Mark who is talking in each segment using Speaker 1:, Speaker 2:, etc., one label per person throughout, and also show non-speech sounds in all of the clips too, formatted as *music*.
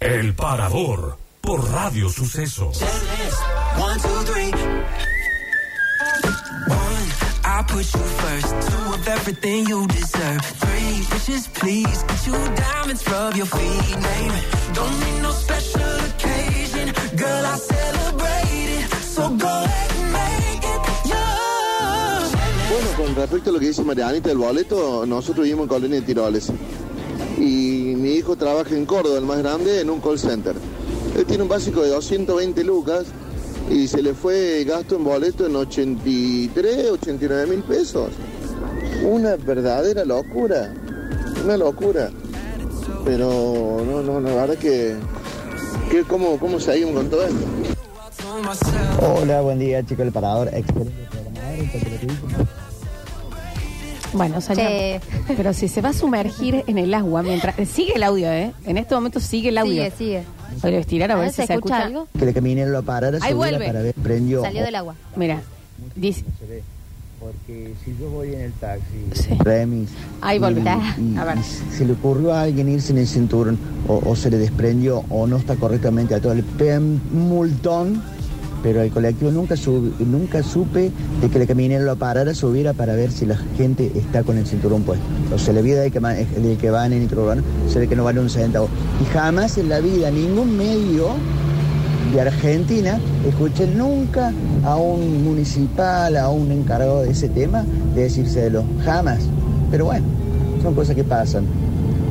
Speaker 1: El Parador por Radio Sucesos.
Speaker 2: One, two, three. One, I put you first. Two of everything you deserve. Three wishes, please. Get you diamonds, rub your feet, name it. Don't need no special occasion, girl. I celebrate it, so go ahead and make it yours.
Speaker 3: Bueno, con respecto a lo que dice Marianita del boleto, nosotros vivimos en Colonia de Tiroles. Y mi hijo trabaja en Córdoba, el más grande, en un call center. Él tiene un básico de 220 lucas y se le fue gasto en boleto en 83, 89 mil pesos. Una verdadera locura. Una locura. Pero no, no, la verdad que. que ¿Cómo, ¿Cómo seguimos con todo esto?
Speaker 2: I told myself.
Speaker 4: Hola, buen día, chicos del Parador. Excelente programa. Erika, te lo pedí.
Speaker 5: Bueno, señor,
Speaker 6: Sí.
Speaker 5: pero si se va a sumergir en el agua mientras... Sigue el audio, ¿eh? En este momento sigue el audio.
Speaker 6: Sigue, sigue.
Speaker 5: Voy a estirar a ver si
Speaker 6: ¿Se
Speaker 5: se
Speaker 6: escucha
Speaker 5: escucha
Speaker 6: algo?
Speaker 4: Que el caminero lo parara,
Speaker 5: Ahí
Speaker 4: subiera
Speaker 5: vuelve.
Speaker 4: para ver, prendió.
Speaker 6: Salió del agua.
Speaker 5: Mira, dice...
Speaker 4: No se ve, Porque si yo voy en el taxi,
Speaker 5: Sí.
Speaker 4: remis,
Speaker 5: Ahí volvé.
Speaker 4: y-
Speaker 5: A ver.
Speaker 4: y se le ocurrió a alguien irse en el cinturón, o, o se le desprendió, o no está correctamente a todo, le pegan un multón, pero el colectivo nunca, sub- nunca supe de que el caminero lo parara, subiera para ver si la gente está con el cinturón puesto. O se le vida del que, ma- del que va en el microurbano, se ve que no vale un centavo. Y jamás en la vida, ningún medio de Argentina, escuché nunca a un municipal, a un encargado de ese tema, de decírselo, jamás. Pero bueno, son cosas que pasan.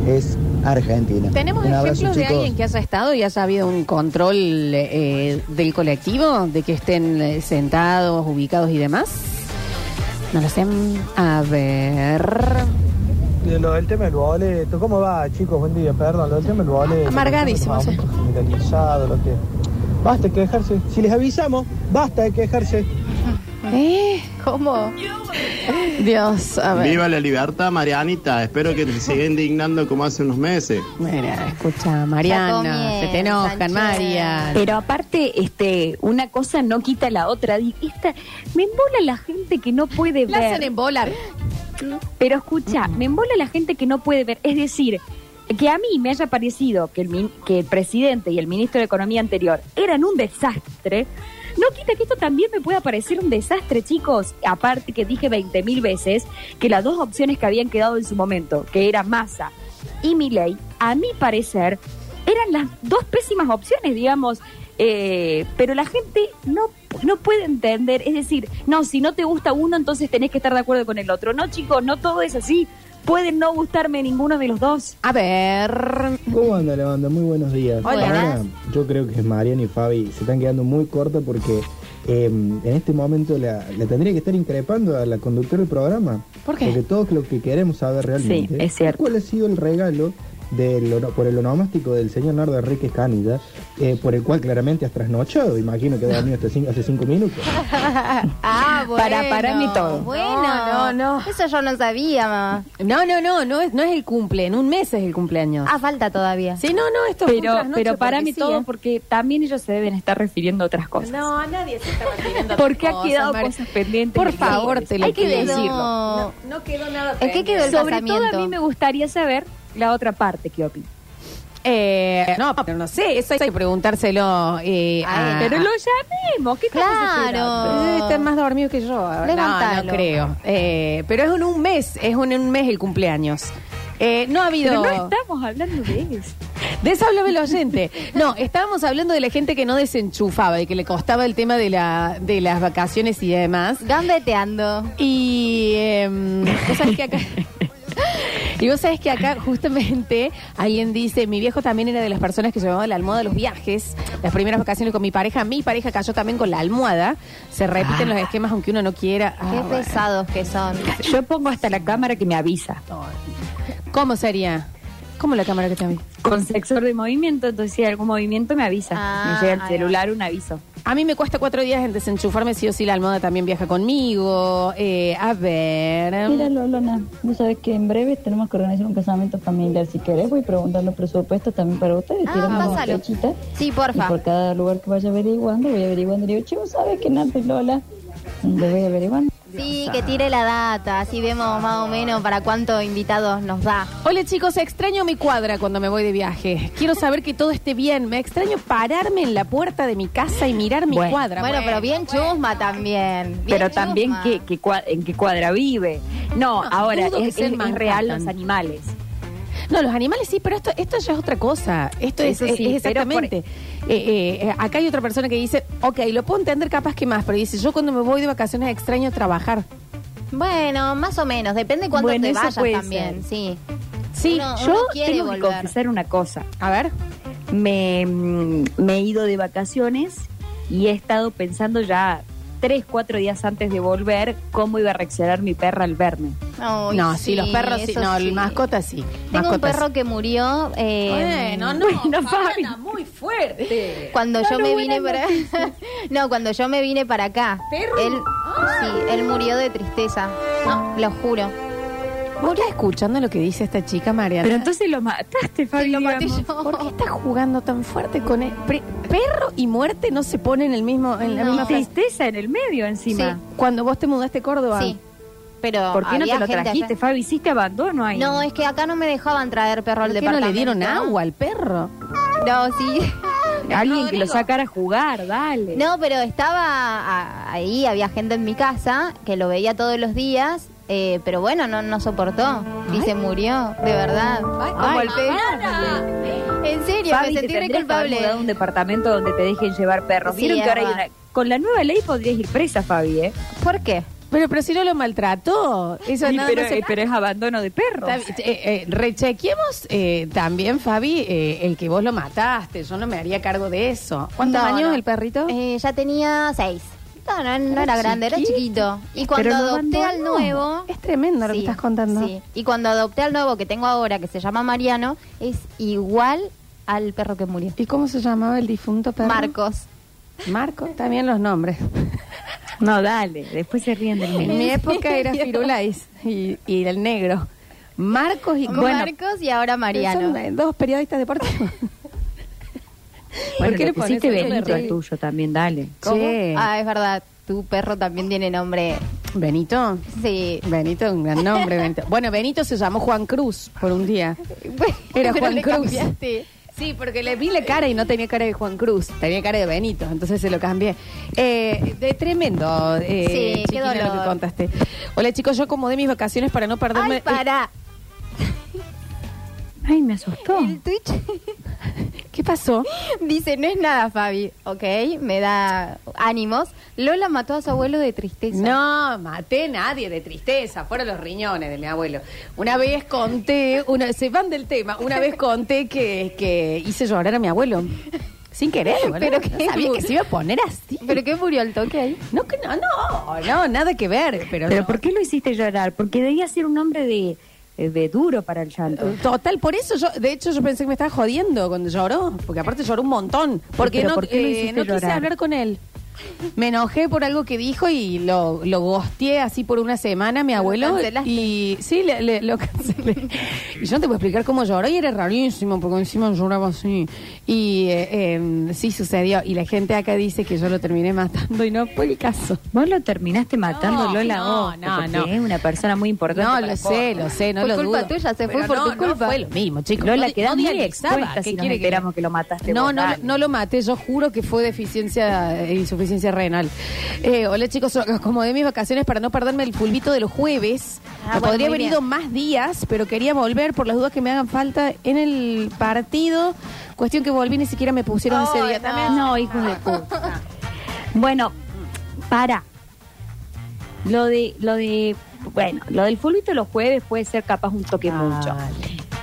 Speaker 4: Es Argentina.
Speaker 5: ¿Tenemos
Speaker 4: Un abrazo,
Speaker 5: ejemplos de
Speaker 4: chicos.
Speaker 5: alguien que haya estado y haya habido un control eh, del colectivo? ¿De que estén eh, sentados, ubicados y demás? No lo sé. A ver...
Speaker 7: Y lo del tema del boleto, ¿cómo va, chicos? Buen día, perdón, lo del tema del boleto.
Speaker 5: Amargadísimo,
Speaker 7: Los
Speaker 5: sí.
Speaker 7: famosos sindicalizados, lo que... Basta de quejarse. Si les avisamos, basta de quejarse.
Speaker 5: ¿Eh?
Speaker 6: ¿Cómo?
Speaker 5: Dios, a ver.
Speaker 8: Viva la libertad, Marianita. Espero que te siga indignando como hace unos meses.
Speaker 5: Mira, escucha,
Speaker 6: Ya
Speaker 5: Mariana,
Speaker 6: comí,
Speaker 5: se te enojan,
Speaker 6: Sánchez.
Speaker 5: María.
Speaker 9: Pero aparte, este, una cosa no quita la otra. Di- Esta, me embola la gente que no puede
Speaker 5: La hacen
Speaker 9: ver.
Speaker 5: embolar.
Speaker 9: Pero escucha, me embola la gente que no puede ver. Es decir, que a mí me haya parecido que el, min- que el presidente y el ministro de Economía anterior eran un desastre. No quita que esto también me pueda parecer un desastre, chicos. Aparte que dije 20.000 veces que las dos opciones que habían quedado en su momento, que era Massa y Milei, a mi parecer, eran las dos pésimas opciones, digamos. Eh, pero la gente no, no puede entender, es decir, no, si no te gusta uno, entonces tenés que estar de acuerdo con el otro. No, chicos, no todo es así. Pueden no gustarme ninguno de los dos.
Speaker 5: A ver.
Speaker 10: ¿Cómo anda la banda? Muy buenos días.
Speaker 5: Hola.
Speaker 10: Ahora, yo creo que Mariana y Fabi se están quedando muy cortas porque eh, en este momento la, la tendría que estar increpando a la conductora del programa.
Speaker 5: ¿Por qué?
Speaker 10: Porque todo lo que queremos saber realmente
Speaker 9: Sí, es cierto.
Speaker 10: cuál ha sido el regalo del, ono- por el onomástico del señor Nardo Enrique Cánida, eh, por el cual claramente has trasnochado. Imagino que ha dormido hasta cin- hace cinco minutos.
Speaker 6: Ah, bueno.
Speaker 9: *laughs* Para- para mí todo.
Speaker 6: Bueno.
Speaker 5: No, no, no.
Speaker 6: Eso yo no sabía, mamá.
Speaker 5: No, no, no, no es, no es el cumple, en un mes es el cumpleaños.
Speaker 6: Ah, falta todavía.
Speaker 5: sí, no, no, esto fue un
Speaker 9: Pero,
Speaker 5: trasnoche
Speaker 9: pero para
Speaker 5: porque
Speaker 9: mí
Speaker 5: sí,
Speaker 9: todo,
Speaker 5: ¿eh?
Speaker 9: porque también ellos se deben estar refiriendo a otras cosas.
Speaker 5: No, nadie se está manteniendo.
Speaker 9: *laughs* Porque ha quedado
Speaker 5: María.
Speaker 9: cosas pendientes.
Speaker 5: Por
Speaker 9: Sí,
Speaker 5: favor, te lo
Speaker 9: hay que
Speaker 5: pido.
Speaker 9: decirlo.
Speaker 6: No,
Speaker 5: No quedó nada.
Speaker 6: ¿En qué quedó el
Speaker 9: Sobre todo
Speaker 6: casamiento?
Speaker 9: a mí me gustaría saber la otra parte, ¿qué opina?
Speaker 5: Eh, no, pero no sé, eso hay que preguntárselo eh,
Speaker 6: A
Speaker 5: a,
Speaker 6: él.
Speaker 9: Pero lo llamemos, ¿qué estamos
Speaker 6: Claro.
Speaker 9: esperando?
Speaker 5: Debe estar más dormido que yo. No,
Speaker 6: Levantalo.
Speaker 5: no creo. Eh, pero es en un mes, es un- en un mes el cumpleaños. Eh, no ha habido...
Speaker 9: Pero no estamos hablando de eso.
Speaker 5: De eso hablaba el oyente. No, estábamos hablando de la gente que no desenchufaba y que le costaba el tema de, la, de las vacaciones y demás.
Speaker 6: Gambeteando.
Speaker 5: Y em, vos sabés que acá... *laughs* Y vos sabés que acá justamente alguien dice, mi viejo también era de las personas que llevaba la almohada a los viajes, las primeras vacaciones con mi pareja, mi pareja cayó también con la almohada, se repiten
Speaker 9: Ah.
Speaker 5: los esquemas aunque uno no quiera. Ah,
Speaker 6: Qué
Speaker 5: bueno.
Speaker 6: pesados que son.
Speaker 9: Yo pongo hasta la cámara que me avisa.
Speaker 5: ¿Cómo sería? ¿Cómo la cámara que te avisa?
Speaker 9: Con sensor de movimiento, entonces si hay algún movimiento me avisa.
Speaker 6: Ah,
Speaker 9: me llega
Speaker 6: ahí
Speaker 9: el celular un aviso.
Speaker 5: A mí me cuesta cuatro días en desenchufarme, sí o sí la almohada también viaja conmigo. Eh, a ver.
Speaker 11: Mira, Lolona, vos sabés que en breve tenemos que organizar un casamiento familiar. Si querés, voy preguntando los presupuestos también para ustedes.
Speaker 6: Ah,
Speaker 11: Tiramos una
Speaker 6: pásalo.
Speaker 11: fechita.
Speaker 6: Sí,
Speaker 11: Y
Speaker 6: porfa.
Speaker 11: por cada lugar que vaya averiguando, voy averiguando. y Digo, che, vos sabés que Nata y Lola. Le voy averiguando.
Speaker 6: Sí, que tire la data, así vemos más o menos para cuántos invitados nos da.
Speaker 5: Hola chicos, extraño mi cuadra cuando me voy de viaje. Quiero saber que todo esté bien. Me extraño pararme en la puerta de mi casa y mirar mi
Speaker 9: Bueno.
Speaker 5: cuadra.
Speaker 6: Bueno, pero bien chusma también. bien
Speaker 9: Pero también
Speaker 6: chusma.
Speaker 9: qué, qué cua- en qué cuadra vive. No,
Speaker 5: No,
Speaker 9: ahora
Speaker 5: dudo que
Speaker 9: es,
Speaker 5: sea
Speaker 9: es-
Speaker 5: en
Speaker 9: es
Speaker 5: Manhattan.
Speaker 9: real los animales.
Speaker 5: No, los animales sí, pero esto, esto ya es otra cosa. Esto es,
Speaker 9: Eso sí,
Speaker 5: es- es
Speaker 9: pero por-
Speaker 5: exactamente. Eh, eh, eh, acá hay otra persona que dice, ok, lo puedo entender capaz que más, pero dice, yo cuando me voy de vacaciones extraño trabajar.
Speaker 6: Bueno, más o menos, depende cuánto
Speaker 9: Bueno,
Speaker 6: te
Speaker 9: eso
Speaker 6: vayas
Speaker 9: puede
Speaker 6: también,
Speaker 9: ser.
Speaker 6: sí.
Speaker 5: Sí,
Speaker 6: Uno-
Speaker 9: Yo
Speaker 6: uno quiere
Speaker 9: tengo que
Speaker 6: volver.
Speaker 9: confesar una cosa.
Speaker 5: a ver.
Speaker 9: Me, mm, me he ido de vacaciones y he estado pensando ya tres, cuatro días antes de volver cómo iba a reaccionar mi perra al verme.
Speaker 6: Ay,
Speaker 5: no, sí, los perros sí.
Speaker 6: eso
Speaker 5: No, el mascota sí.
Speaker 6: Tengo un
Speaker 5: mascota sí.
Speaker 6: perro que murió eh,
Speaker 5: Bueno, no,
Speaker 9: Bueno,
Speaker 5: Fabiana,
Speaker 9: Fabi.
Speaker 5: muy fuerte.
Speaker 6: cuando yo
Speaker 9: Bueno,
Speaker 6: me vine
Speaker 9: buenas
Speaker 6: para *laughs* no cuando yo me vine para acá.
Speaker 5: ¿Perro?
Speaker 6: Él sí, él murió de tristeza. No, lo juro.
Speaker 5: ¿Vos estás escuchando lo que dice esta chica, Mariana?
Speaker 9: Pero entonces lo mataste, Fabi.
Speaker 6: lo maté
Speaker 9: digamos.
Speaker 6: yo.
Speaker 5: ¿Por qué estás jugando tan fuerte con el pre- perro y muerte no se pone en el mismo en la
Speaker 6: No.
Speaker 5: misma frase?
Speaker 9: Tristeza en el medio encima.
Speaker 5: Cuando vos te mudaste a Córdoba.
Speaker 6: Sí. Pero
Speaker 9: ¿Por qué no
Speaker 6: había
Speaker 9: te lo
Speaker 6: gente
Speaker 9: trajiste,
Speaker 6: allá.
Speaker 9: Fabi? Hiciste abandono ahí.
Speaker 6: No, es que acá no me dejaban traer perro al
Speaker 5: ¿Por qué no
Speaker 6: departamento.
Speaker 5: le dieron agua al perro?
Speaker 6: No, sí.
Speaker 9: Alguien que
Speaker 5: Rodrigo.
Speaker 9: lo sacara a jugar, dale.
Speaker 6: No, pero estaba a- ahí, había gente en mi casa que lo veía todos los días, eh, pero bueno, no, no soportó y se murió, de verdad. Como el pe- En serio,
Speaker 9: Fabi,
Speaker 6: me sentí re
Speaker 9: te tendrías que haber
Speaker 6: culpable.
Speaker 9: mudado a un departamento donde te dejen llevar perros.
Speaker 6: Sí,
Speaker 9: Vieron
Speaker 6: es
Speaker 9: que ahora hay
Speaker 6: verdad.
Speaker 9: una- Con la nueva ley podrías ir presa, Fabi, ¿eh?
Speaker 6: ¿Por qué?
Speaker 5: Pero, pero si no lo maltrató. Eso
Speaker 9: Sí,
Speaker 5: nada
Speaker 9: pero,
Speaker 5: no se-
Speaker 9: eh, pero es abandono de perros.
Speaker 5: Está bien. Eh, eh, rechequeemos eh, también, Fabi, eh, el que vos lo mataste. Yo no me haría cargo de eso. ¿Cuántos
Speaker 6: No,
Speaker 5: años
Speaker 6: no.
Speaker 5: el perrito?
Speaker 6: Eh, ya tenía seis. No, no, no era grande, era chiquito. Y cuando
Speaker 9: Pero lo
Speaker 6: adopté al
Speaker 5: abandonó.
Speaker 6: nuevo...
Speaker 5: Es tremendo lo que
Speaker 6: Sí,
Speaker 5: estás contando.
Speaker 6: sí. Y cuando adopté al nuevo que tengo ahora, que se llama Mariano, es igual al perro que murió.
Speaker 5: ¿Y cómo se llamaba el difunto perro?
Speaker 6: Marcos.
Speaker 5: Marco, también los nombres.
Speaker 9: No, dale, después se ríen del
Speaker 5: En *laughs*
Speaker 9: mío.
Speaker 5: mi época era Firulais y, y el negro. Marcos y
Speaker 6: Marcos y ahora Mariano.
Speaker 5: Son eh, dos periodistas *laughs* deportivos.
Speaker 9: Bueno,
Speaker 5: qué
Speaker 9: le
Speaker 5: le pones
Speaker 9: pusiste
Speaker 5: nombre de
Speaker 9: Benito al tuyo también, dale.
Speaker 6: *laughs* ¿Cómo?
Speaker 5: Che.
Speaker 6: Ah, es verdad. Tu perro también tiene nombre.
Speaker 5: Benito.
Speaker 6: *laughs* Sí.
Speaker 5: Benito es un gran nombre. Benito. Bueno, Benito se llamó Juan Cruz por un día. Era
Speaker 6: Pero
Speaker 5: Juan
Speaker 6: le
Speaker 5: Cruz.
Speaker 6: cambiaste.
Speaker 5: Sí, porque le vi
Speaker 6: Eh,
Speaker 5: la cara y no tenía cara de Juan Cruz, tenía cara de Benito, entonces se lo cambié. Eh, de tremendo, eh,
Speaker 6: Sí, qué
Speaker 5: chiquilina, lo
Speaker 6: dolor.
Speaker 5: que contaste. Hola chicos, yo acomodé mis vacaciones para no perderme.
Speaker 6: Ay, para.
Speaker 9: Ay, me asustó.
Speaker 6: El Twitch *laughs*
Speaker 5: Eh, ¿Qué pasó?
Speaker 6: dice, no es nada, Fabi. Ok, me da ánimos. Lola mató a su abuelo de tristeza.
Speaker 5: No, maté a nadie de tristeza, fueron los riñones de mi abuelo. Una vez conté, una, se van del tema, una vez conté que, que hice llorar a mi abuelo. Sin querer, boludo.
Speaker 6: Pero
Speaker 5: No
Speaker 6: qué
Speaker 5: sabía
Speaker 6: bu-
Speaker 5: que se iba a poner así.
Speaker 6: ¿Pero qué murió al toque ahí?
Speaker 5: No, que no, no, no, nada que ver. Pero,
Speaker 9: Pero
Speaker 5: no.
Speaker 9: ¿por qué lo hiciste llorar? Porque debía ser un hombre de, eh, de duro para el llanto.
Speaker 5: Total, por eso yo, de hecho yo pensé que me estaba jodiendo cuando lloró, porque aparte lloró un montón, porque
Speaker 9: Pero
Speaker 5: no,
Speaker 9: ¿por qué lo
Speaker 5: eh,
Speaker 9: hiciste
Speaker 5: no quise
Speaker 9: llorar?
Speaker 5: hablar con él. Me enojé por algo que dijo y lo, lo gosteé así por una semana a mi abuelo.
Speaker 6: cancelaste.
Speaker 5: Y sí, le- le- lo cancelé. y yo no te puedo explicar cómo lloró y era rarísimo, porque encima lloraba así. Y eh, eh, sí sucedió. Y la gente acá dice que yo lo terminé matando y no fue el caso.
Speaker 9: Vos lo terminaste matando,
Speaker 5: No,
Speaker 9: Lola,
Speaker 5: no,
Speaker 9: vos,
Speaker 5: no,
Speaker 9: porque
Speaker 5: no.
Speaker 9: es una persona muy importante.
Speaker 5: No,
Speaker 9: para
Speaker 5: lo
Speaker 9: vos.
Speaker 5: sé, lo sé, no
Speaker 6: Fue
Speaker 5: lo
Speaker 6: culpa
Speaker 5: dudo.
Speaker 6: tuya, se fue
Speaker 5: Pero
Speaker 6: por
Speaker 5: no,
Speaker 6: tu culpa.
Speaker 5: No fue lo mismo, chicos.
Speaker 9: Lola,
Speaker 5: di-
Speaker 9: quedás muy
Speaker 5: dializaba,
Speaker 9: expuesta
Speaker 5: ¿qué
Speaker 9: si nos
Speaker 5: quiere
Speaker 9: enteramos que lo mataste
Speaker 5: No,
Speaker 9: vos,
Speaker 5: no,
Speaker 9: dale.
Speaker 5: no lo maté, yo juro que fue deficiencia e insuficiencia renal. Eh, hola, chicos, como de mis vacaciones para no perderme el fulbito de los jueves.
Speaker 6: Ah,
Speaker 5: me
Speaker 6: bueno,
Speaker 5: podría
Speaker 6: muy
Speaker 5: haber
Speaker 6: bien.
Speaker 5: ido más días, pero quería volver por las dudas que me hagan falta en el partido. Cuestión que volví, ni siquiera me pusieron ese
Speaker 6: Ay,
Speaker 5: día
Speaker 6: no.
Speaker 5: también. Ah.
Speaker 9: No, hijos de puta. Bueno, para. Lo de, lo de, bueno, lo del fulbito los jueves puede ser capaz un toque mucho.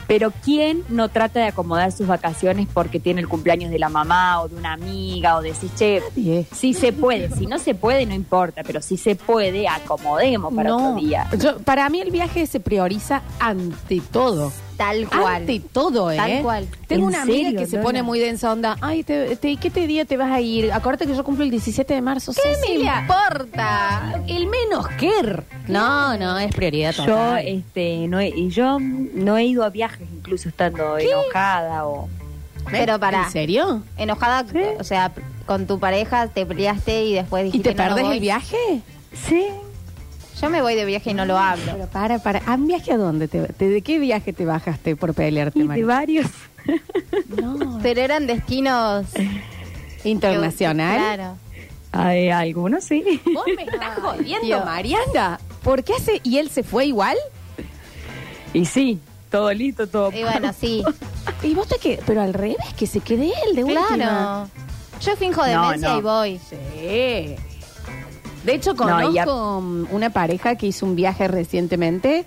Speaker 9: Pero ¿quién no trata de acomodar sus vacaciones porque tiene el cumpleaños de la mamá o de una amiga o decís, che,
Speaker 5: Nadie.
Speaker 9: si se puede, si no se puede, no importa, pero si se puede, acomodemos para
Speaker 5: no.
Speaker 9: otro día.
Speaker 5: Yo- para mí el viaje se prioriza ante todo.
Speaker 6: Tal cual.
Speaker 5: Ante todo, ¿eh?
Speaker 6: Tal cual.
Speaker 5: Tengo
Speaker 9: ¿En
Speaker 5: una amiga
Speaker 9: serio,
Speaker 5: que se
Speaker 9: Lola?
Speaker 5: pone muy densa onda. Ay, te, te- ¿qué te día te vas a ir? Acuérdate que yo cumplo el 17 de marzo.
Speaker 6: ¿Qué me
Speaker 5: Cecilia.
Speaker 6: importa?
Speaker 5: El menos que. No, no, es prioridad
Speaker 9: Yo,
Speaker 5: total.
Speaker 9: este, no he, y yo no he ido a viajes incluso estando enojada o...
Speaker 6: Pero para.
Speaker 5: ¿En serio?
Speaker 6: Enojada, o sea, con tu pareja te peleaste y después
Speaker 5: ¿Y
Speaker 6: dijiste
Speaker 5: te
Speaker 6: "No, no
Speaker 5: perdés
Speaker 6: voy".
Speaker 5: el viaje?
Speaker 9: Sí.
Speaker 6: Yo me voy de viaje y no lo hablo.
Speaker 5: Pero para, para. ¿A un viaje a dónde? Te, te- ¿De qué viaje te bajaste por pelearte, Mari?
Speaker 9: varios.
Speaker 6: Pero eran destinos
Speaker 5: Internacional.
Speaker 6: Claro.
Speaker 9: Ay,
Speaker 5: *laughs*
Speaker 9: algunos sí.
Speaker 5: Vos me estás jodiendo,
Speaker 6: Dios.
Speaker 5: Mariana. ¿Por qué hace y él se fue igual?
Speaker 9: Y sí, todo listo, todo.
Speaker 5: Eh,
Speaker 6: Y bueno,
Speaker 5: *laughs*
Speaker 6: sí.
Speaker 5: Y vos te quedas, pero al revés, que se quede él de
Speaker 6: Claro.
Speaker 5: última.
Speaker 6: Yo finjo
Speaker 9: No,
Speaker 6: demencia
Speaker 9: no.
Speaker 6: y voy.
Speaker 5: Sí. De hecho,
Speaker 9: No, y a-
Speaker 5: conozco mm, una pareja que hizo un viaje recientemente,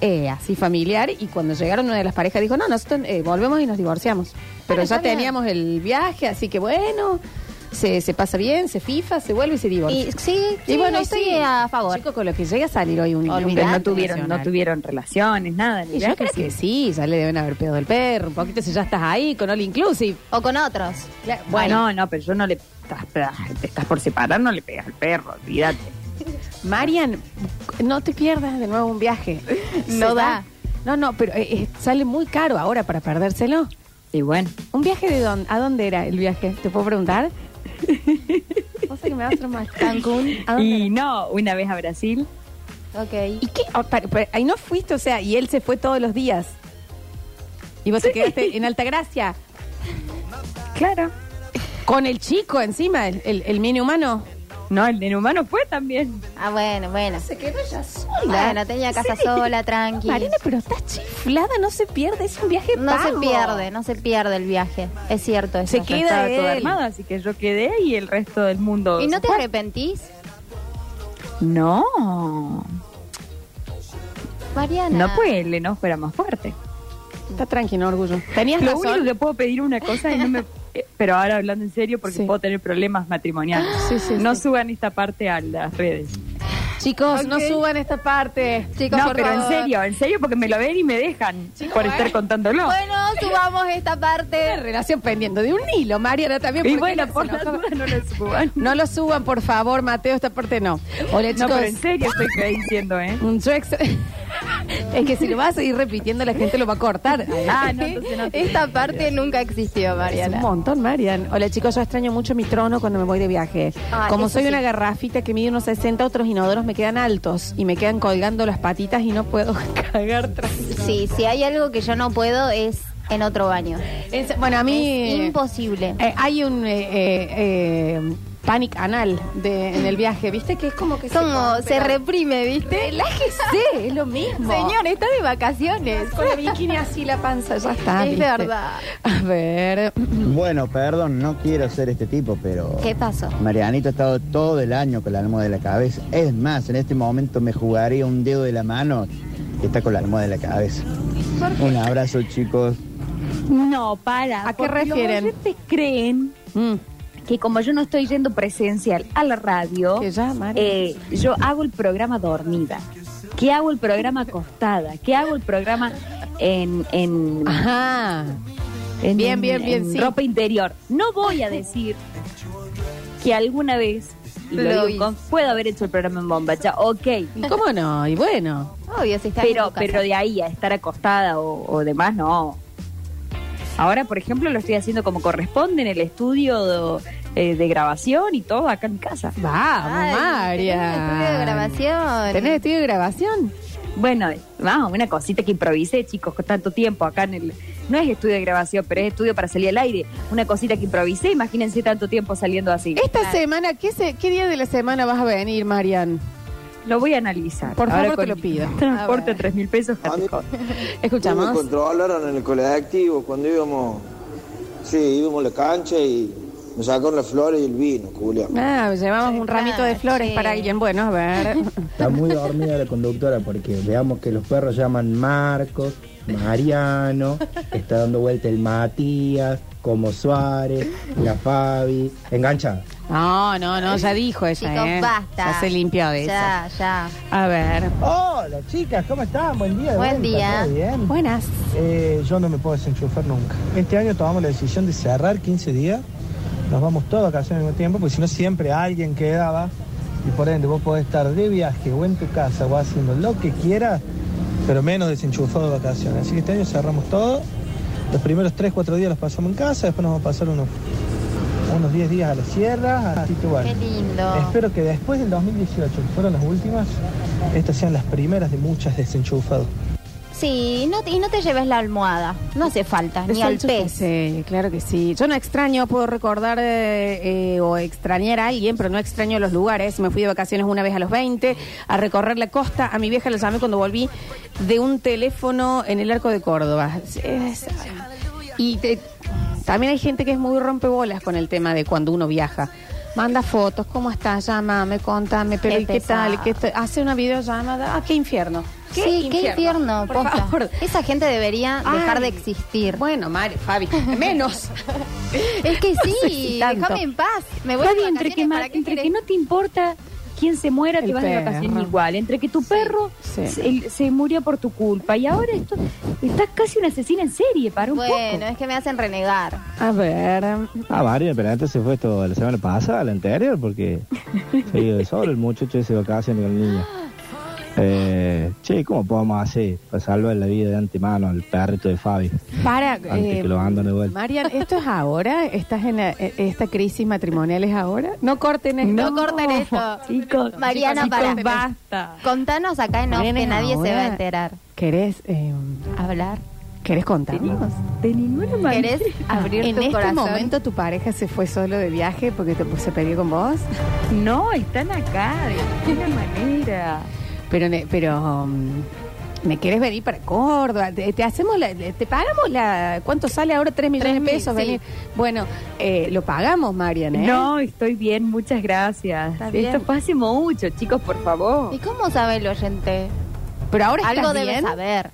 Speaker 5: eh, así familiar, y cuando llegaron una de las parejas dijo, no, nosotros eh, volvemos y nos divorciamos. Pero
Speaker 6: Bueno,
Speaker 5: ya
Speaker 6: está bien.
Speaker 5: teníamos el viaje, así que bueno, se, se pasa bien, se fifa, se vuelve y se divorcia.
Speaker 6: Y sí,
Speaker 5: Y
Speaker 6: sí,
Speaker 5: bueno, y
Speaker 6: estoy
Speaker 5: sí.
Speaker 6: a favor.
Speaker 5: Chico, con lo que llega a salir hoy un, un
Speaker 6: Olvidate,
Speaker 9: Pero
Speaker 5: viaje
Speaker 9: no tuvieron, no
Speaker 5: nacional.
Speaker 9: tuvieron relaciones, nada. ni
Speaker 5: Y yo
Speaker 9: viajes,
Speaker 5: creo
Speaker 9: sí.
Speaker 5: que sí, ya le deben haber pedo del perro, un poquito si ya estás ahí con All Inclusive.
Speaker 6: O con otros.
Speaker 9: Bueno, no, pero yo no le. estás- Te estás por separar, no le pegas al perro, olvídate.
Speaker 5: Marian, no te pierdas de nuevo un *laughs* viaje.
Speaker 6: No
Speaker 5: Se
Speaker 6: da.
Speaker 5: No, no, pero eh, eh, sale muy caro ahora para perdérselo.
Speaker 9: Y bueno,
Speaker 5: ¿Un viaje de dónde? ¿A dónde era el viaje? ¿Te puedo *laughs* preguntar? Vos sé que me vas a traumar. ¿Cancún? ¿A dónde
Speaker 9: y
Speaker 5: era?
Speaker 9: no, una vez a Brasil.
Speaker 6: Ok.
Speaker 5: ¿Y qué? Ah, pa- pa- ahí no fuiste, o sea, y él se fue todos los días. Y vos te quedaste en Altagracia.
Speaker 9: Claro.
Speaker 5: Con el chico encima, el, el, el mini humano.
Speaker 9: No, el nene humano fue también.
Speaker 6: Ah, bueno, bueno.
Speaker 5: Se quedó ya sola.
Speaker 6: Bueno, tenía casa sola, tranqui.
Speaker 5: Marina, pero estás chiflada, no se pierde, es un viaje
Speaker 6: No se
Speaker 5: pago.
Speaker 6: pierde, no se pierde el viaje. Es cierto eso.
Speaker 5: Se queda
Speaker 9: Estaba todo
Speaker 5: él.
Speaker 9: armado, así que yo quedé y el resto del mundo.
Speaker 6: ¿Y no
Speaker 9: se
Speaker 6: te
Speaker 9: fue.
Speaker 6: arrepentís?
Speaker 9: No.
Speaker 5: Ah,
Speaker 6: Mariana.
Speaker 9: No, pues el enojo era más fuerte.
Speaker 5: Está tranqui, no orgullo. Tenías
Speaker 9: Lo único
Speaker 5: razón.
Speaker 9: que puedo pedir una cosa y no
Speaker 5: *laughs*
Speaker 9: me. eh, Pero ahora hablando en serio, porque
Speaker 5: Sí.
Speaker 9: puedo tener problemas matrimoniales.
Speaker 5: Sí, sí,
Speaker 9: no
Speaker 5: sí.
Speaker 9: suban esta parte a las redes.
Speaker 5: Chicos, no
Speaker 9: Ok.
Speaker 5: suban esta parte. Chicos,
Speaker 9: no,
Speaker 5: por
Speaker 9: pero en
Speaker 5: favor. eh.
Speaker 9: serio, en serio, porque me lo ven y me dejan por estar contándolo.
Speaker 6: Bueno, subamos esta
Speaker 5: Una
Speaker 6: parte.
Speaker 5: Eh, relación pendiente de un hilo, Mariana también.
Speaker 9: y
Speaker 5: porque
Speaker 9: bueno,
Speaker 5: no
Speaker 9: por
Speaker 5: se
Speaker 9: las
Speaker 5: enojaba.
Speaker 9: dudas no lo suban.
Speaker 5: No lo suban, por favor, Mateo, esta parte no. Hola,
Speaker 9: No,
Speaker 5: Eh, chicos.
Speaker 9: pero en serio estoy que- diciendo, ¿eh?
Speaker 5: *laughs* Mm, yo ex- es que si lo vas a seguir repitiendo, la gente lo va a cortar.
Speaker 9: Ah, no, entonces no.
Speaker 6: Esta parte nunca existió,
Speaker 5: Es un
Speaker 6: Mariana.
Speaker 5: montón, Marian. Hola, chicos, yo extraño mucho mi trono cuando me voy de viaje.
Speaker 6: Ah,
Speaker 5: Como
Speaker 6: eso
Speaker 5: soy
Speaker 6: sí.
Speaker 5: una garrafita que mide unos 60, otros inodoros me quedan altos y me quedan colgando las patitas y no puedo *laughs* cagar. tranquila.
Speaker 6: Sí, si hay algo que yo no puedo es en otro baño.
Speaker 5: Es- bueno, a
Speaker 6: Es
Speaker 5: mí
Speaker 6: imposible.
Speaker 5: eh, hay un eh, eh, eh, panic anal de- en el viaje, ¿viste? Que es como que
Speaker 6: Como se
Speaker 5: repite.
Speaker 6: reprime, ¿viste?
Speaker 5: Relájese, es lo mismo.
Speaker 6: Señor, está de vacaciones.
Speaker 5: Con la bikini así, la panza, ya está.
Speaker 6: Es
Speaker 5: ¿viste?
Speaker 6: verdad.
Speaker 5: A ver,
Speaker 4: Bueno, perdón, no quiero ser este tipo, pero...
Speaker 6: ¿Qué pasó?
Speaker 4: Marianito ha estado todo el año con la almohada de la cabeza. Es más, en este momento me jugaría un dedo de la mano que está con la almohada de la cabeza. Un abrazo, chicos.
Speaker 9: No, para.
Speaker 5: ¿A qué
Speaker 9: porque los
Speaker 5: refieren?
Speaker 9: oyentes creen
Speaker 5: Mm,
Speaker 9: que como yo no estoy yendo presencial a la radio,
Speaker 5: que ya, Mari.
Speaker 9: eh, yo hago el programa dormida, que hago el programa acostada, que hago el programa en, en,
Speaker 5: Ajá.
Speaker 9: en-
Speaker 5: Ah, Bien, bien, bien,
Speaker 9: en
Speaker 5: sí.
Speaker 9: ropa interior. No voy a decir que alguna vez y lo
Speaker 6: Lo
Speaker 9: digo
Speaker 6: hice.
Speaker 9: con- puedo haber hecho el programa en bombacha, ok.
Speaker 5: ¿Y ¿Cómo no? Y bueno.
Speaker 6: Obvio, si está en
Speaker 9: Pero,
Speaker 6: tu casa.
Speaker 9: pero de ahí a estar acostada o, o demás, no. Ahora, por ejemplo, lo estoy haciendo como corresponde en el estudio do- eh, de, grabación y todo acá en mi casa.
Speaker 5: Vamos,
Speaker 6: Ay, tenés
Speaker 5: María.
Speaker 6: un estudio de grabación.
Speaker 5: ¿Tenés estudio de grabación?
Speaker 9: Bueno, vamos, una cosita que improvisé, chicos, con tanto tiempo acá en el... No es estudio de grabación, pero es estudio para salir al aire. Una cosita que improvisé, imagínense tanto tiempo saliendo así.
Speaker 5: Esta semana, ¿qué, se- qué día de la semana vas a venir, Marian?
Speaker 9: Lo voy a analizar.
Speaker 5: Por
Speaker 9: Ahora
Speaker 5: favor,
Speaker 9: con
Speaker 5: te lo pido.
Speaker 9: Transporte
Speaker 5: A
Speaker 9: de
Speaker 5: ver.
Speaker 9: 3 mil pesos.
Speaker 12: A mí- Me
Speaker 5: Escuchamos.
Speaker 12: controlaron en el colectivo cuando íbamos. Sí, íbamos a la cancha y me sacaron las flores y el vino, Julián.
Speaker 5: Ah, llevamos un ramito de flores
Speaker 6: sí.
Speaker 5: para alguien. Bueno, a ver.
Speaker 6: *laughs*
Speaker 10: Está muy dormida la conductora porque veamos que los perros llaman Marcos, Mariano, está dando vuelta el Matías, como Suárez, la Fabi, enganchada.
Speaker 5: No, no, no, ya dijo ella,
Speaker 6: Chicos,
Speaker 5: ¿eh?
Speaker 6: basta.
Speaker 5: Ya se limpió de
Speaker 6: Ya, ya.
Speaker 5: eso. A ver.
Speaker 7: Hola, chicas, ¿cómo están? Buen día. de
Speaker 6: Buen
Speaker 7: vuelta,
Speaker 6: día.
Speaker 7: ¿todo bien?
Speaker 5: Buenas.
Speaker 7: Eh, yo no me puedo desenchufar nunca. Este año tomamos la decisión de cerrar 15 días. Nos vamos todos a casa al mismo tiempo, porque si no siempre alguien quedaba. Y por ende vos podés estar de viaje o en tu casa o haciendo lo que quieras, pero menos desenchufado de vacaciones. Así que este año cerramos todo. Los primeros 3, 4 días los pasamos en casa, después nos vamos a pasar unos unos 10 días a la sierra, así que bueno.
Speaker 6: Qué lindo.
Speaker 7: Espero que después del 2018, que fueron las últimas, estas sean las primeras de muchas desenchufados.
Speaker 6: Sí, no, te- y no te lleves la almohada. No hace falta, ni
Speaker 5: Eso
Speaker 6: al
Speaker 5: yo que
Speaker 6: pez.
Speaker 5: sé, claro que sí. Yo no extraño, puedo recordar eh, eh, o extrañar a alguien, pero no extraño los lugares. Me fui de vacaciones una vez a los 20 a recorrer la costa. A mi vieja la llamé cuando volví de un teléfono en el arco de Córdoba. Es- y te- también hay gente que es muy rompebolas con el tema de cuando uno viaja. Manda fotos, ¿cómo estás? Llámame, contame, pero
Speaker 6: Qué
Speaker 5: ¿y ¿qué tal?
Speaker 6: pesado.
Speaker 5: ¿Qué te- hace una videollamada. Ah, qué infierno.
Speaker 6: Sí, qué infierno,
Speaker 5: por
Speaker 6: posta.
Speaker 5: favor.
Speaker 6: Esa gente debería dejar de
Speaker 5: Ay.
Speaker 6: existir.
Speaker 5: Bueno, Mari, Fabi, menos.
Speaker 6: Es que
Speaker 5: No sé
Speaker 6: sí,
Speaker 5: si tanto.
Speaker 6: déjame en paz. Me voy de
Speaker 9: Gaby, entre
Speaker 6: vacaciones,
Speaker 9: que, ma-
Speaker 6: ¿para qué
Speaker 9: entre que
Speaker 6: querés?
Speaker 9: no te importa quién se muera,
Speaker 5: El
Speaker 9: te vas de vacaciones
Speaker 5: perro.
Speaker 9: igual. Entre que tu perro
Speaker 5: sí.
Speaker 9: se, el- se murió por tu culpa y ahora esto estás casi una asesina en serie, para un
Speaker 6: Bueno,
Speaker 9: poco.
Speaker 6: es que me hacen renegar.
Speaker 5: A ver.
Speaker 13: Ah, Mario, pero antes se fue esto la semana pasada, la anterior, porque se iba de sobre el muchacho ese de vacaciones con el niño. Eh, che, ¿cómo podemos hacer para salvar la vida de antemano al perrito de Fabi?
Speaker 5: Para. eh,
Speaker 13: Antes que lo abandone de vuelta.
Speaker 5: Marian, ¿esto es ahora? ¿Estás en la- eh, esta crisis matrimonial es ahora? No corten esto.
Speaker 6: No corten esto.
Speaker 9: Chicos,
Speaker 6: Mariana,
Speaker 5: chicos,
Speaker 6: para.
Speaker 5: chicos, basta.
Speaker 6: Contanos acá en off,
Speaker 5: Mariana,
Speaker 6: que nadie se va
Speaker 5: ahora-
Speaker 6: a enterar.
Speaker 5: ¿Querés, eh,
Speaker 6: Hablar.
Speaker 5: ¿querés contarnos?
Speaker 9: de ninguna manera.
Speaker 6: ¿Querés abrir
Speaker 5: ¿En
Speaker 6: tu
Speaker 5: este
Speaker 6: corazón?
Speaker 5: momento tu pareja se fue solo de viaje porque te, se peleó con vos?
Speaker 9: No, están acá, de ninguna manera.
Speaker 5: Pero, ne- pero um, ¿me querés venir para Córdoba? ¿Te, te hacemos la, te pagamos la... ¿Cuánto sale ahora? ¿Tres millones de
Speaker 6: Tres mil,
Speaker 5: pesos?
Speaker 6: sí.
Speaker 5: venir? Bueno, eh, lo pagamos, Marian, ¿eh?
Speaker 9: No, estoy bien, muchas gracias.
Speaker 5: Está bien.
Speaker 9: Esto fue hace mucho, chicos, por favor.
Speaker 6: ¿Y cómo sabe el oyente?
Speaker 5: Pero ahora estás
Speaker 6: Algo debe
Speaker 5: bien.
Speaker 6: saber.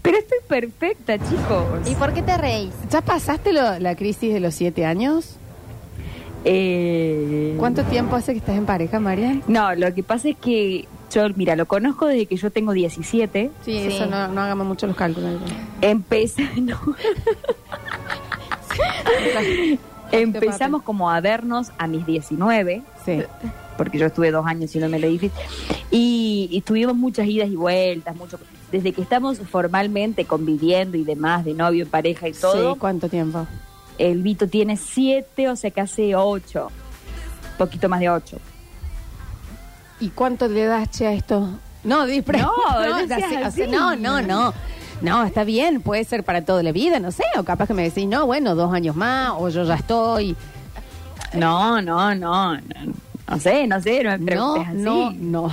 Speaker 9: Pero estoy perfecta, chicos.
Speaker 6: ¿Y por qué te reís?
Speaker 5: ¿Ya pasaste lo- la crisis de los siete años?
Speaker 9: Eh,
Speaker 5: ¿Cuánto tiempo hace que estás en pareja, Marian?
Speaker 9: No, lo que pasa es que yo, mira, lo conozco desde que yo tengo 17.
Speaker 5: Sí,
Speaker 6: Sí.
Speaker 5: eso no, no hagamos mucho los cálculos.
Speaker 9: Empecé, *laughs* no. Empezamos como a vernos a mis 19,
Speaker 5: *laughs* Sí.
Speaker 9: porque yo estuve dos años yéndome al edificio. Y, y tuvimos muchas idas y vueltas, mucho. Desde que estamos formalmente conviviendo y demás, de novio, en pareja y todo,
Speaker 5: Sí, ¿cuánto tiempo?
Speaker 9: el Vito tiene 7, o sea que hace 8, poquito más de 8.
Speaker 5: ¿Y cuánto le das che a esto? *laughs* No, di- pre-
Speaker 9: no
Speaker 5: ya
Speaker 9: seas
Speaker 5: sé, o
Speaker 9: así.
Speaker 5: sea, no, no, no. No, está bien, puede ser para toda la vida, no sé, o capaz que me decís, no, bueno, dos años más, o yo ya estoy.
Speaker 9: No, no, no, no, no sé, no sé, no me
Speaker 5: No,
Speaker 9: preguntes así.
Speaker 5: no, no.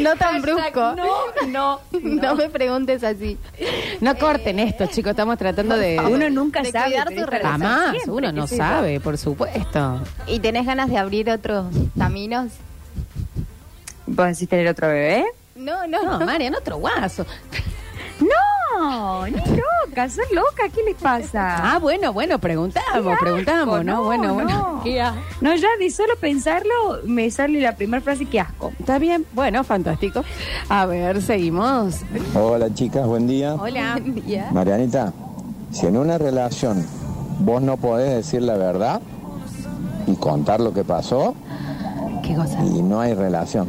Speaker 6: No tan brusco.
Speaker 9: No, no,
Speaker 6: *laughs* No. me preguntes así.
Speaker 5: No corten esto, chicos, estamos tratando Ah, de...
Speaker 9: Eh, Uno nunca
Speaker 6: De
Speaker 9: sabe.
Speaker 6: cuidar
Speaker 9: pero
Speaker 6: tu
Speaker 9: es para
Speaker 6: relación
Speaker 5: Jamás,
Speaker 9: siempre,
Speaker 5: uno
Speaker 9: qué
Speaker 5: no
Speaker 9: sé yo.
Speaker 5: sabe, por supuesto.
Speaker 6: ¿Y tenés ganas de abrir otros caminos?
Speaker 9: ¿Vos decís tener otro bebé?
Speaker 6: No,
Speaker 5: No, Marian, otro guaso.
Speaker 9: No, ni loca, son loca, ¿qué les pasa?
Speaker 5: *laughs* Ah, bueno, bueno,
Speaker 9: Qué
Speaker 5: preguntamos,
Speaker 9: asco,
Speaker 5: preguntamos, ¿no? Bueno, bueno.
Speaker 9: no. No, ya de solo pensarlo me sale la primera frase que asco.
Speaker 5: Está bien, bueno, fantástico. A ver, seguimos.
Speaker 14: Hola chicas, buen día.
Speaker 5: Hola.
Speaker 14: Marianita, si en una relación vos no podés decir la verdad y contar lo que pasó
Speaker 5: Qué cosa.
Speaker 14: y no hay relación.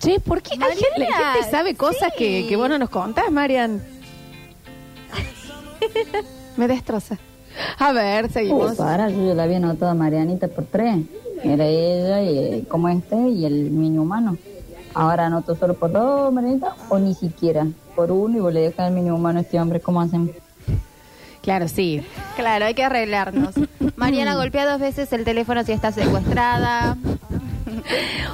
Speaker 5: Che, ¿por qué hay gente, la
Speaker 6: Mariana,
Speaker 5: gente sabe cosas
Speaker 6: sí.
Speaker 5: que, que vos no nos contás,
Speaker 6: *laughs*
Speaker 5: Marian? Me destroza. A ver,
Speaker 11: Uy,
Speaker 5: seguimos.
Speaker 11: para, yo ya la había anotado a Marianita por tres. Era ella y, eh, como este y el niño humano. Ahora anoto solo por dos, Marianita, o ni siquiera por uno y vos le dejas al niño humano a este hombre. ¿Cómo hacen?
Speaker 5: Claro, sí.
Speaker 6: Claro, hay que arreglarnos. Mariana golpea dos veces el teléfono si está secuestrada.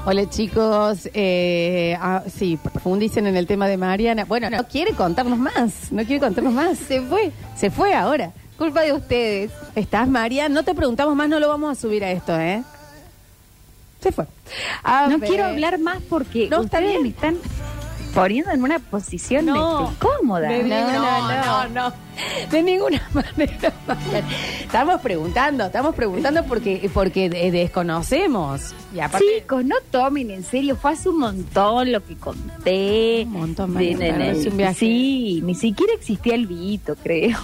Speaker 5: Hola chicos, eh, ah, sí, profundicen en el tema de Mariana. Bueno, no quiere contarnos más, no quiere contarnos más. Se fue. Se fue ahora.
Speaker 6: Culpa de ustedes.
Speaker 5: ¿Estás, María? No te preguntamos más, no lo vamos a subir a esto, ¿eh? Se fue. A
Speaker 9: No
Speaker 5: ver.
Speaker 9: quiero hablar más porque
Speaker 5: No, está
Speaker 9: ustedes
Speaker 5: bien.
Speaker 9: me están poniendo en una posición
Speaker 5: No.
Speaker 9: este, cómoda.
Speaker 5: De
Speaker 9: No,
Speaker 5: ninguna-
Speaker 9: no,
Speaker 5: no, no. De ninguna *laughs* manera. Mariana. Estamos preguntando, estamos preguntando porque, porque eh, desconocemos. Y aparte,
Speaker 9: Chicos, no tomen en serio, fue hace un montón lo que conté.
Speaker 5: Un montón,
Speaker 9: De-
Speaker 5: Mariana,
Speaker 9: de-
Speaker 5: claro,
Speaker 9: de-
Speaker 5: es un viaje.
Speaker 9: Sí, ni siquiera existía el vito, creo.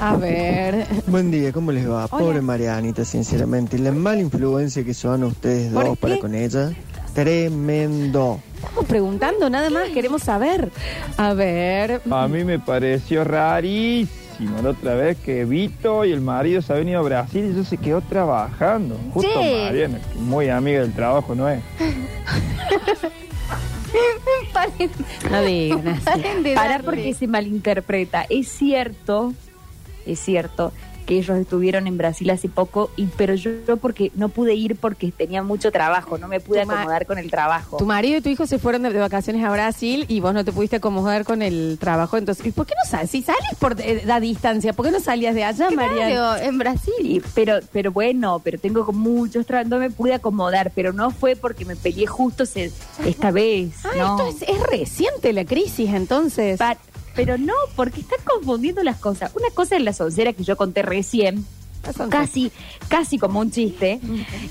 Speaker 5: a ver.
Speaker 15: Buen día, ¿cómo les va? Pobre Marianita, sinceramente. La mala influencia que son ustedes
Speaker 5: ¿Por
Speaker 15: dos para
Speaker 5: qué?
Speaker 15: con ella. Tremendo.
Speaker 5: Estamos preguntando nada más, queremos saber. A ver.
Speaker 16: A mí me pareció rarísimo buenísimo. La otra vez que Vito y el marido se han venido a Brasil y yo se quedó trabajando. Justo
Speaker 6: Sí.
Speaker 16: Mariana, que muy amiga del trabajo, ¿no es?
Speaker 6: Paren-
Speaker 5: No digan así.
Speaker 6: *laughs* paren de darle.
Speaker 9: Parar porque se malinterpreta. Es cierto, es cierto que ellos estuvieron en Brasil hace poco, y, pero yo, yo porque no pude ir porque tenía mucho trabajo, no me pude
Speaker 5: Tu ma-
Speaker 9: acomodar con el trabajo.
Speaker 5: Tu marido y tu hijo se fueron de, de vacaciones a Brasil y vos no te pudiste acomodar con el trabajo. Entonces, ¿y por qué no sales? Si sales por eh, da distancia, ¿por qué no salías de allá, María?
Speaker 9: en Brasil. pero, pero bueno, pero tengo con muchos trabajos, no me pude acomodar, pero no fue porque me peleé justo se- esta vez.
Speaker 5: Ah,
Speaker 9: no.
Speaker 5: esto es, es reciente la crisis, entonces.
Speaker 9: pero no, porque están confundiendo las cosas. Una cosa es la soncera que yo conté recién, casi, casi como un chiste,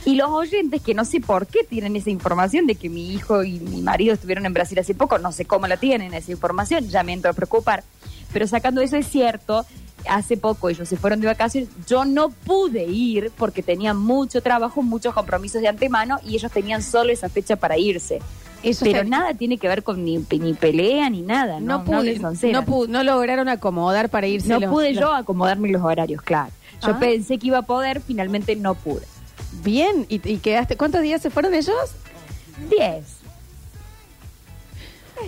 Speaker 9: y los oyentes que no sé por qué tienen esa información de que mi hijo y mi marido estuvieron en Brasil hace poco, no sé cómo la tienen esa información, ya me entro a preocupar. Pero sacando eso es cierto, hace poco ellos se fueron de vacaciones, yo no pude ir porque tenía mucho trabajo, muchos compromisos de antemano y ellos tenían solo esa fecha para irse.
Speaker 5: Eso
Speaker 9: Pero
Speaker 5: está-
Speaker 9: nada tiene que ver con ni, ni pelea ni nada. No,
Speaker 5: No, pude,
Speaker 9: les
Speaker 5: no,
Speaker 9: onceran.
Speaker 5: pu- no lograron acomodar para irse.
Speaker 9: No
Speaker 5: los-
Speaker 9: pude
Speaker 5: los-
Speaker 9: yo acomodarme los horarios, claro. Yo
Speaker 5: Ah.
Speaker 9: pensé que iba a poder, finalmente no pude.
Speaker 5: Bien, y, y quedaste. ¿Cuántos días se fueron ellos?
Speaker 9: Diez.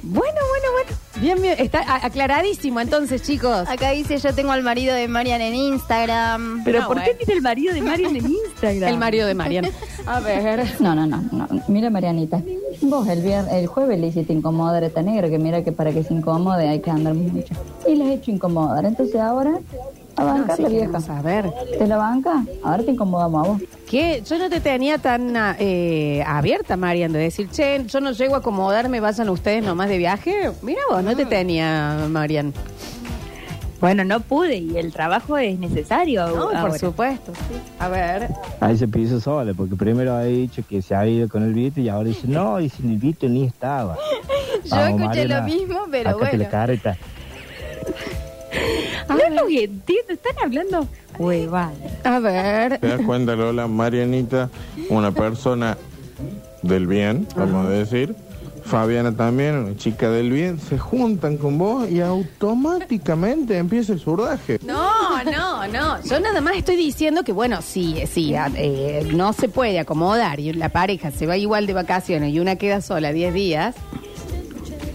Speaker 5: Bueno, bueno, bueno. Bien, bien. Está a- aclaradísimo, entonces, chicos.
Speaker 6: Acá dice yo tengo al marido de Marian en Instagram.
Speaker 11: Pero, ¿por qué
Speaker 9: tiene el marido de
Speaker 5: *laughs*
Speaker 9: Marian en Instagram?
Speaker 5: Ah, El marido de Marian.
Speaker 9: *laughs*
Speaker 5: A ver.
Speaker 11: No, no, no, no. Mira, Marianita, vos el, vier- el jueves le hiciste incomodar a esta negra, que mira que para que se incomode hay que andar mucho. Y la has hecho incomodar. Entonces ahora, a bancar
Speaker 5: sí,
Speaker 11: la vieja.
Speaker 5: queremos saber.
Speaker 11: ¿Te la banca? Ahora te incomodamos a vos.
Speaker 5: Que yo no te tenía tan ah, eh, abierta, Marian, de decir, che, yo no llego a acomodarme, vayan ustedes nomás de viaje. Mira vos, no te
Speaker 11: Ah.
Speaker 5: tenía, Marian.
Speaker 9: Bueno, no pude y el trabajo es necesario.
Speaker 5: No,
Speaker 9: ahora.
Speaker 5: por supuesto. sí. Ah, A ver.
Speaker 13: Ahí se piso sola, porque primero ha dicho que se ha ido con el Vito y ahora dice, no, y sin el Vito ni estaba.
Speaker 6: Yo escuché lo mismo, pero
Speaker 13: acá te
Speaker 6: bueno.
Speaker 13: la careta.
Speaker 9: No los entiendo, están hablando huevadas.
Speaker 5: A ver.
Speaker 17: ¿Te das cuenta, Lola? Marianita, una persona del bien, vamos a decir. Fabiana también, una chica del bien. Se juntan con vos y automáticamente empieza el surdaje.
Speaker 5: No, no, no. Yo nada más estoy diciendo que, bueno, sí, sí, a- eh, no se puede acomodar y la pareja se va igual de vacaciones y una queda sola 10 días.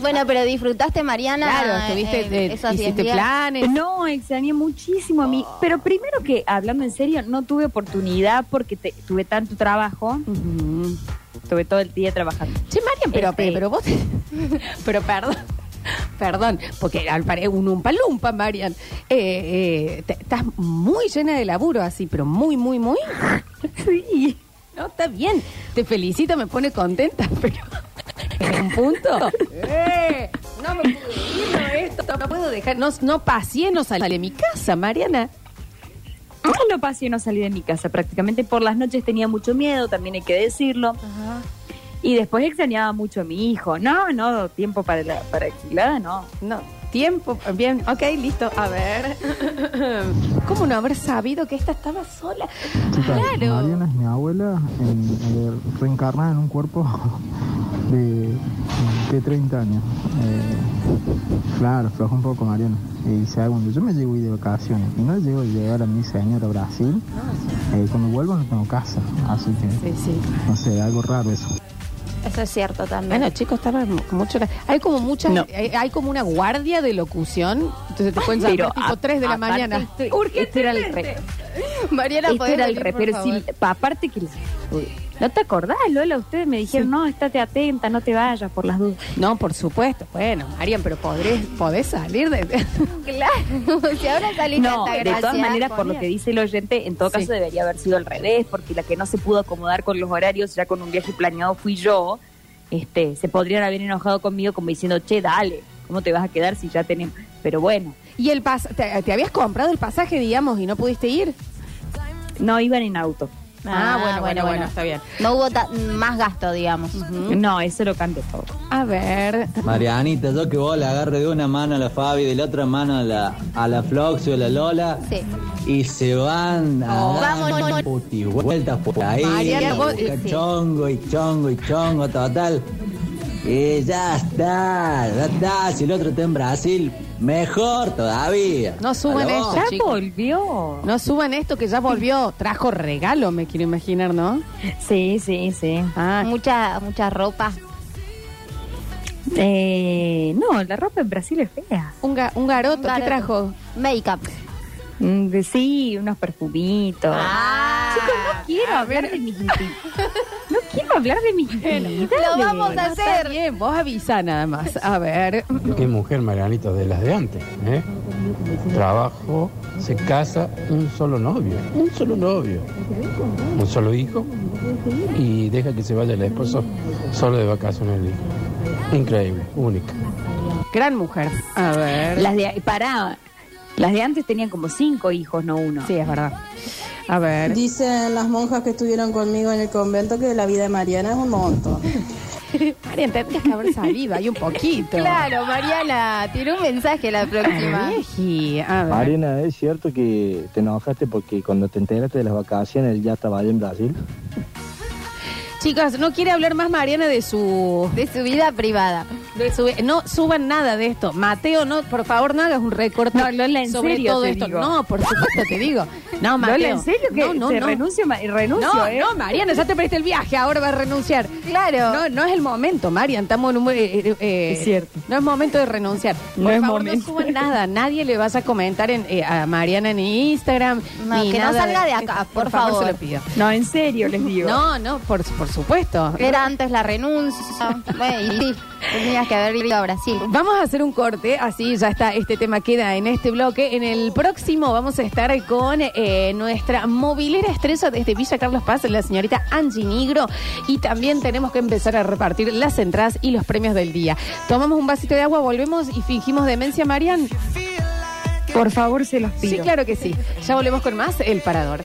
Speaker 6: Bueno, pero disfrutaste Mariana.
Speaker 5: Claro, estuviste, eh,
Speaker 6: esos diez
Speaker 5: hiciste
Speaker 6: días.
Speaker 5: planes.
Speaker 9: No, extrañé muchísimo a
Speaker 5: Oh.
Speaker 9: mí. Pero primero que, hablando en serio, no tuve oportunidad porque te- tuve tanto trabajo. Tuve todo el día trabajando.
Speaker 5: Mm. Che, Marian, pero,
Speaker 9: Este-
Speaker 5: pero vos. *laughs* pero perdón. *laughs* Perdón, porque al parecer un umpalumpa, Marian. Eh, eh, te- estás muy llena de laburo así, pero muy, muy, muy.
Speaker 9: *laughs* sí.
Speaker 5: No, está bien. Te felicito, me pone contenta, *laughs* pero. en un punto. Eh, no me puedo ir, no esto, no puedo dejar. No, no pasé, no salí de mi casa, Mariana.
Speaker 9: Ah, no pasé, no salí de mi casa prácticamente. Por las noches tenía mucho miedo, también hay que decirlo. Y después extrañaba mucho a mi hijo. No, no, tiempo para la para gilada, no.
Speaker 5: No, tiempo. Bien, ok, listo. A ver. ¿Cómo no haber sabido que esta estaba sola?
Speaker 18: Chicas,
Speaker 5: Claro.
Speaker 18: Mariana es mi abuela en- eh, reencarnada en un cuerpo *laughs* de, de 30 años. Eh, claro, floja un poco Mariana. Y segundo, yo me llevo a ir de vacaciones y no llego a llevar a mi señora a Brasil. Eh, cuando vuelvo no tengo casa, así que no sé, algo raro eso.
Speaker 6: Eso es cierto también.
Speaker 5: Bueno, chicos, estaba mu- mucho. Hay como muchas.
Speaker 6: No.
Speaker 5: Hay, hay como una guardia de locución. Entonces te pueden llamar
Speaker 9: Pero
Speaker 5: tipo
Speaker 9: a-
Speaker 5: 3 de la
Speaker 9: aparte
Speaker 5: mañana.
Speaker 9: estoy- esto era el re.
Speaker 5: Mariana,
Speaker 9: esto
Speaker 5: ¿podés
Speaker 9: era el
Speaker 5: venir,
Speaker 9: re,
Speaker 5: por
Speaker 9: pero
Speaker 5: favor?
Speaker 9: sí, pa- aparte que... ¿No te acordás, Lola? Ustedes me dijeron, no, estate atenta, no te vayas por las dudas.
Speaker 5: No, por supuesto. Bueno, Marian, pero podrés, podés salir de. *laughs*
Speaker 6: Claro, *laughs* si ahora salís
Speaker 9: No,
Speaker 6: de
Speaker 9: de
Speaker 6: esta
Speaker 9: todas
Speaker 6: gracia,
Speaker 9: maneras, por lo
Speaker 6: ponía.
Speaker 9: que dice el oyente, en todo caso debería haber sido al revés, porque la que no se pudo acomodar con los horarios, ya con un viaje planeado fui yo, este, se podrían haber enojado conmigo como diciendo, che, dale, ¿cómo te vas a quedar si ya tenemos? Pero bueno,
Speaker 5: ¿Y el pas te, te habías comprado el pasaje, digamos, y no pudiste ir?
Speaker 9: No, iban en auto.
Speaker 5: Ah, bueno, bueno, bueno, está bien.
Speaker 6: No hubo ta- más gasto, digamos.
Speaker 9: No, eso lo cambia todo.
Speaker 5: A ver.
Speaker 19: Marianita, yo que vos le agarre de una mano a la Fabi, de la otra mano a la, a la Flox o a la Lola. Y se van a
Speaker 6: Oh.
Speaker 19: dar
Speaker 6: Vamos, vamos.
Speaker 19: puti vueltas por ahí.
Speaker 6: Mariana, vos-
Speaker 19: busca
Speaker 6: sí.
Speaker 19: Chongo y chongo y chongo, total. Y ya está, ya está. Si el otro está en Brasil, Mejor todavía.
Speaker 5: No suban
Speaker 19: ¿Aló?
Speaker 5: esto. Ya volvió. No suban esto que ya volvió. Trajo regalo, me quiero imaginar, ¿no? Ah,
Speaker 9: Sí, sí, sí.
Speaker 6: Mucha, mucha ropa.
Speaker 9: Eh, no, la ropa en Brasil es fea.
Speaker 5: Un, garoto, ¿qué trajo?
Speaker 6: Make-up.
Speaker 9: Mm, de- sí, unos perfumitos. Ah.
Speaker 6: Ah,
Speaker 9: Chicos, no quiero hablar de mis *laughs* inti- No quiero hablar de mis intimidades.
Speaker 5: hacer. Bien, vos avisa nada más. A ver.
Speaker 20: Qué mujer, Marianita, de las de antes. ¿eh? Trabajo, se casa, un solo novio, un solo novio, un solo hijo y deja que se vaya el esposo solo de vacaciones. el hijo. Increíble, única.
Speaker 5: Gran mujer. A ver.
Speaker 9: Las de pará. Las de antes tenían como cinco hijos, no uno.
Speaker 5: Sí, es verdad. A ver.
Speaker 21: Dicen las monjas que estuvieron conmigo en el convento que la vida de Mariana es un
Speaker 5: *laughs*
Speaker 21: monto.
Speaker 5: Mariana, tendrías que haber salido ahí un poquito.
Speaker 6: Claro, Mariana, tiene un mensaje la
Speaker 9: Ah,
Speaker 6: próxima.
Speaker 5: Vieji, a ver.
Speaker 13: Mariana, ¿es cierto que te enojaste porque cuando te enteraste de las vacaciones él ya estaba allá en Brasil?
Speaker 5: Chicas, no quiere hablar más Mariana de su...
Speaker 6: De su vida privada.
Speaker 5: De su, no suban nada de esto. Mateo, no, por favor, no hagas un recorte
Speaker 9: No, Lola, en
Speaker 5: sobre
Speaker 9: serio
Speaker 5: todo
Speaker 9: te
Speaker 5: esto.
Speaker 9: digo.
Speaker 5: No, por supuesto, te digo. No, Mateo.
Speaker 9: Lola, en serio que te renuncio, ma- renuncio,
Speaker 5: No,
Speaker 9: eh.
Speaker 5: no, Mariana, ya te perdiste el viaje, ahora vas a renunciar. Claro. No, no es el momento, Marian, estamos en un... eh, eh, eh,
Speaker 9: Es cierto.
Speaker 5: No es momento de renunciar.
Speaker 9: No
Speaker 5: por
Speaker 9: es
Speaker 5: favor,
Speaker 9: momento.
Speaker 5: no suban nada. Nadie le vas a comentar en, eh, a Mariana ni Instagram,
Speaker 6: No,
Speaker 5: ni
Speaker 6: que no
Speaker 5: nada
Speaker 6: salga de acá, por
Speaker 5: se
Speaker 6: favor.
Speaker 5: lo pido.
Speaker 9: No, en serio les digo.
Speaker 5: No, no, por, por supuesto.
Speaker 6: Era antes la
Speaker 9: *laughs*
Speaker 6: renuncia. Bueno, y sí, tenías que haber ido a Brasil.
Speaker 5: Vamos a hacer un corte, así ya está, este tema queda en este bloque. En el próximo vamos a estar con eh, nuestra movilera estrella desde Villa Carlos Paz, la señorita Angie Nigro, y también tenemos que empezar a repartir las entradas y los premios del día. Tomamos un vasito de agua, volvemos y fingimos demencia, Marian.
Speaker 9: Por favor, se los pido.
Speaker 5: Sí, claro que sí. Ya volvemos con más El Parador.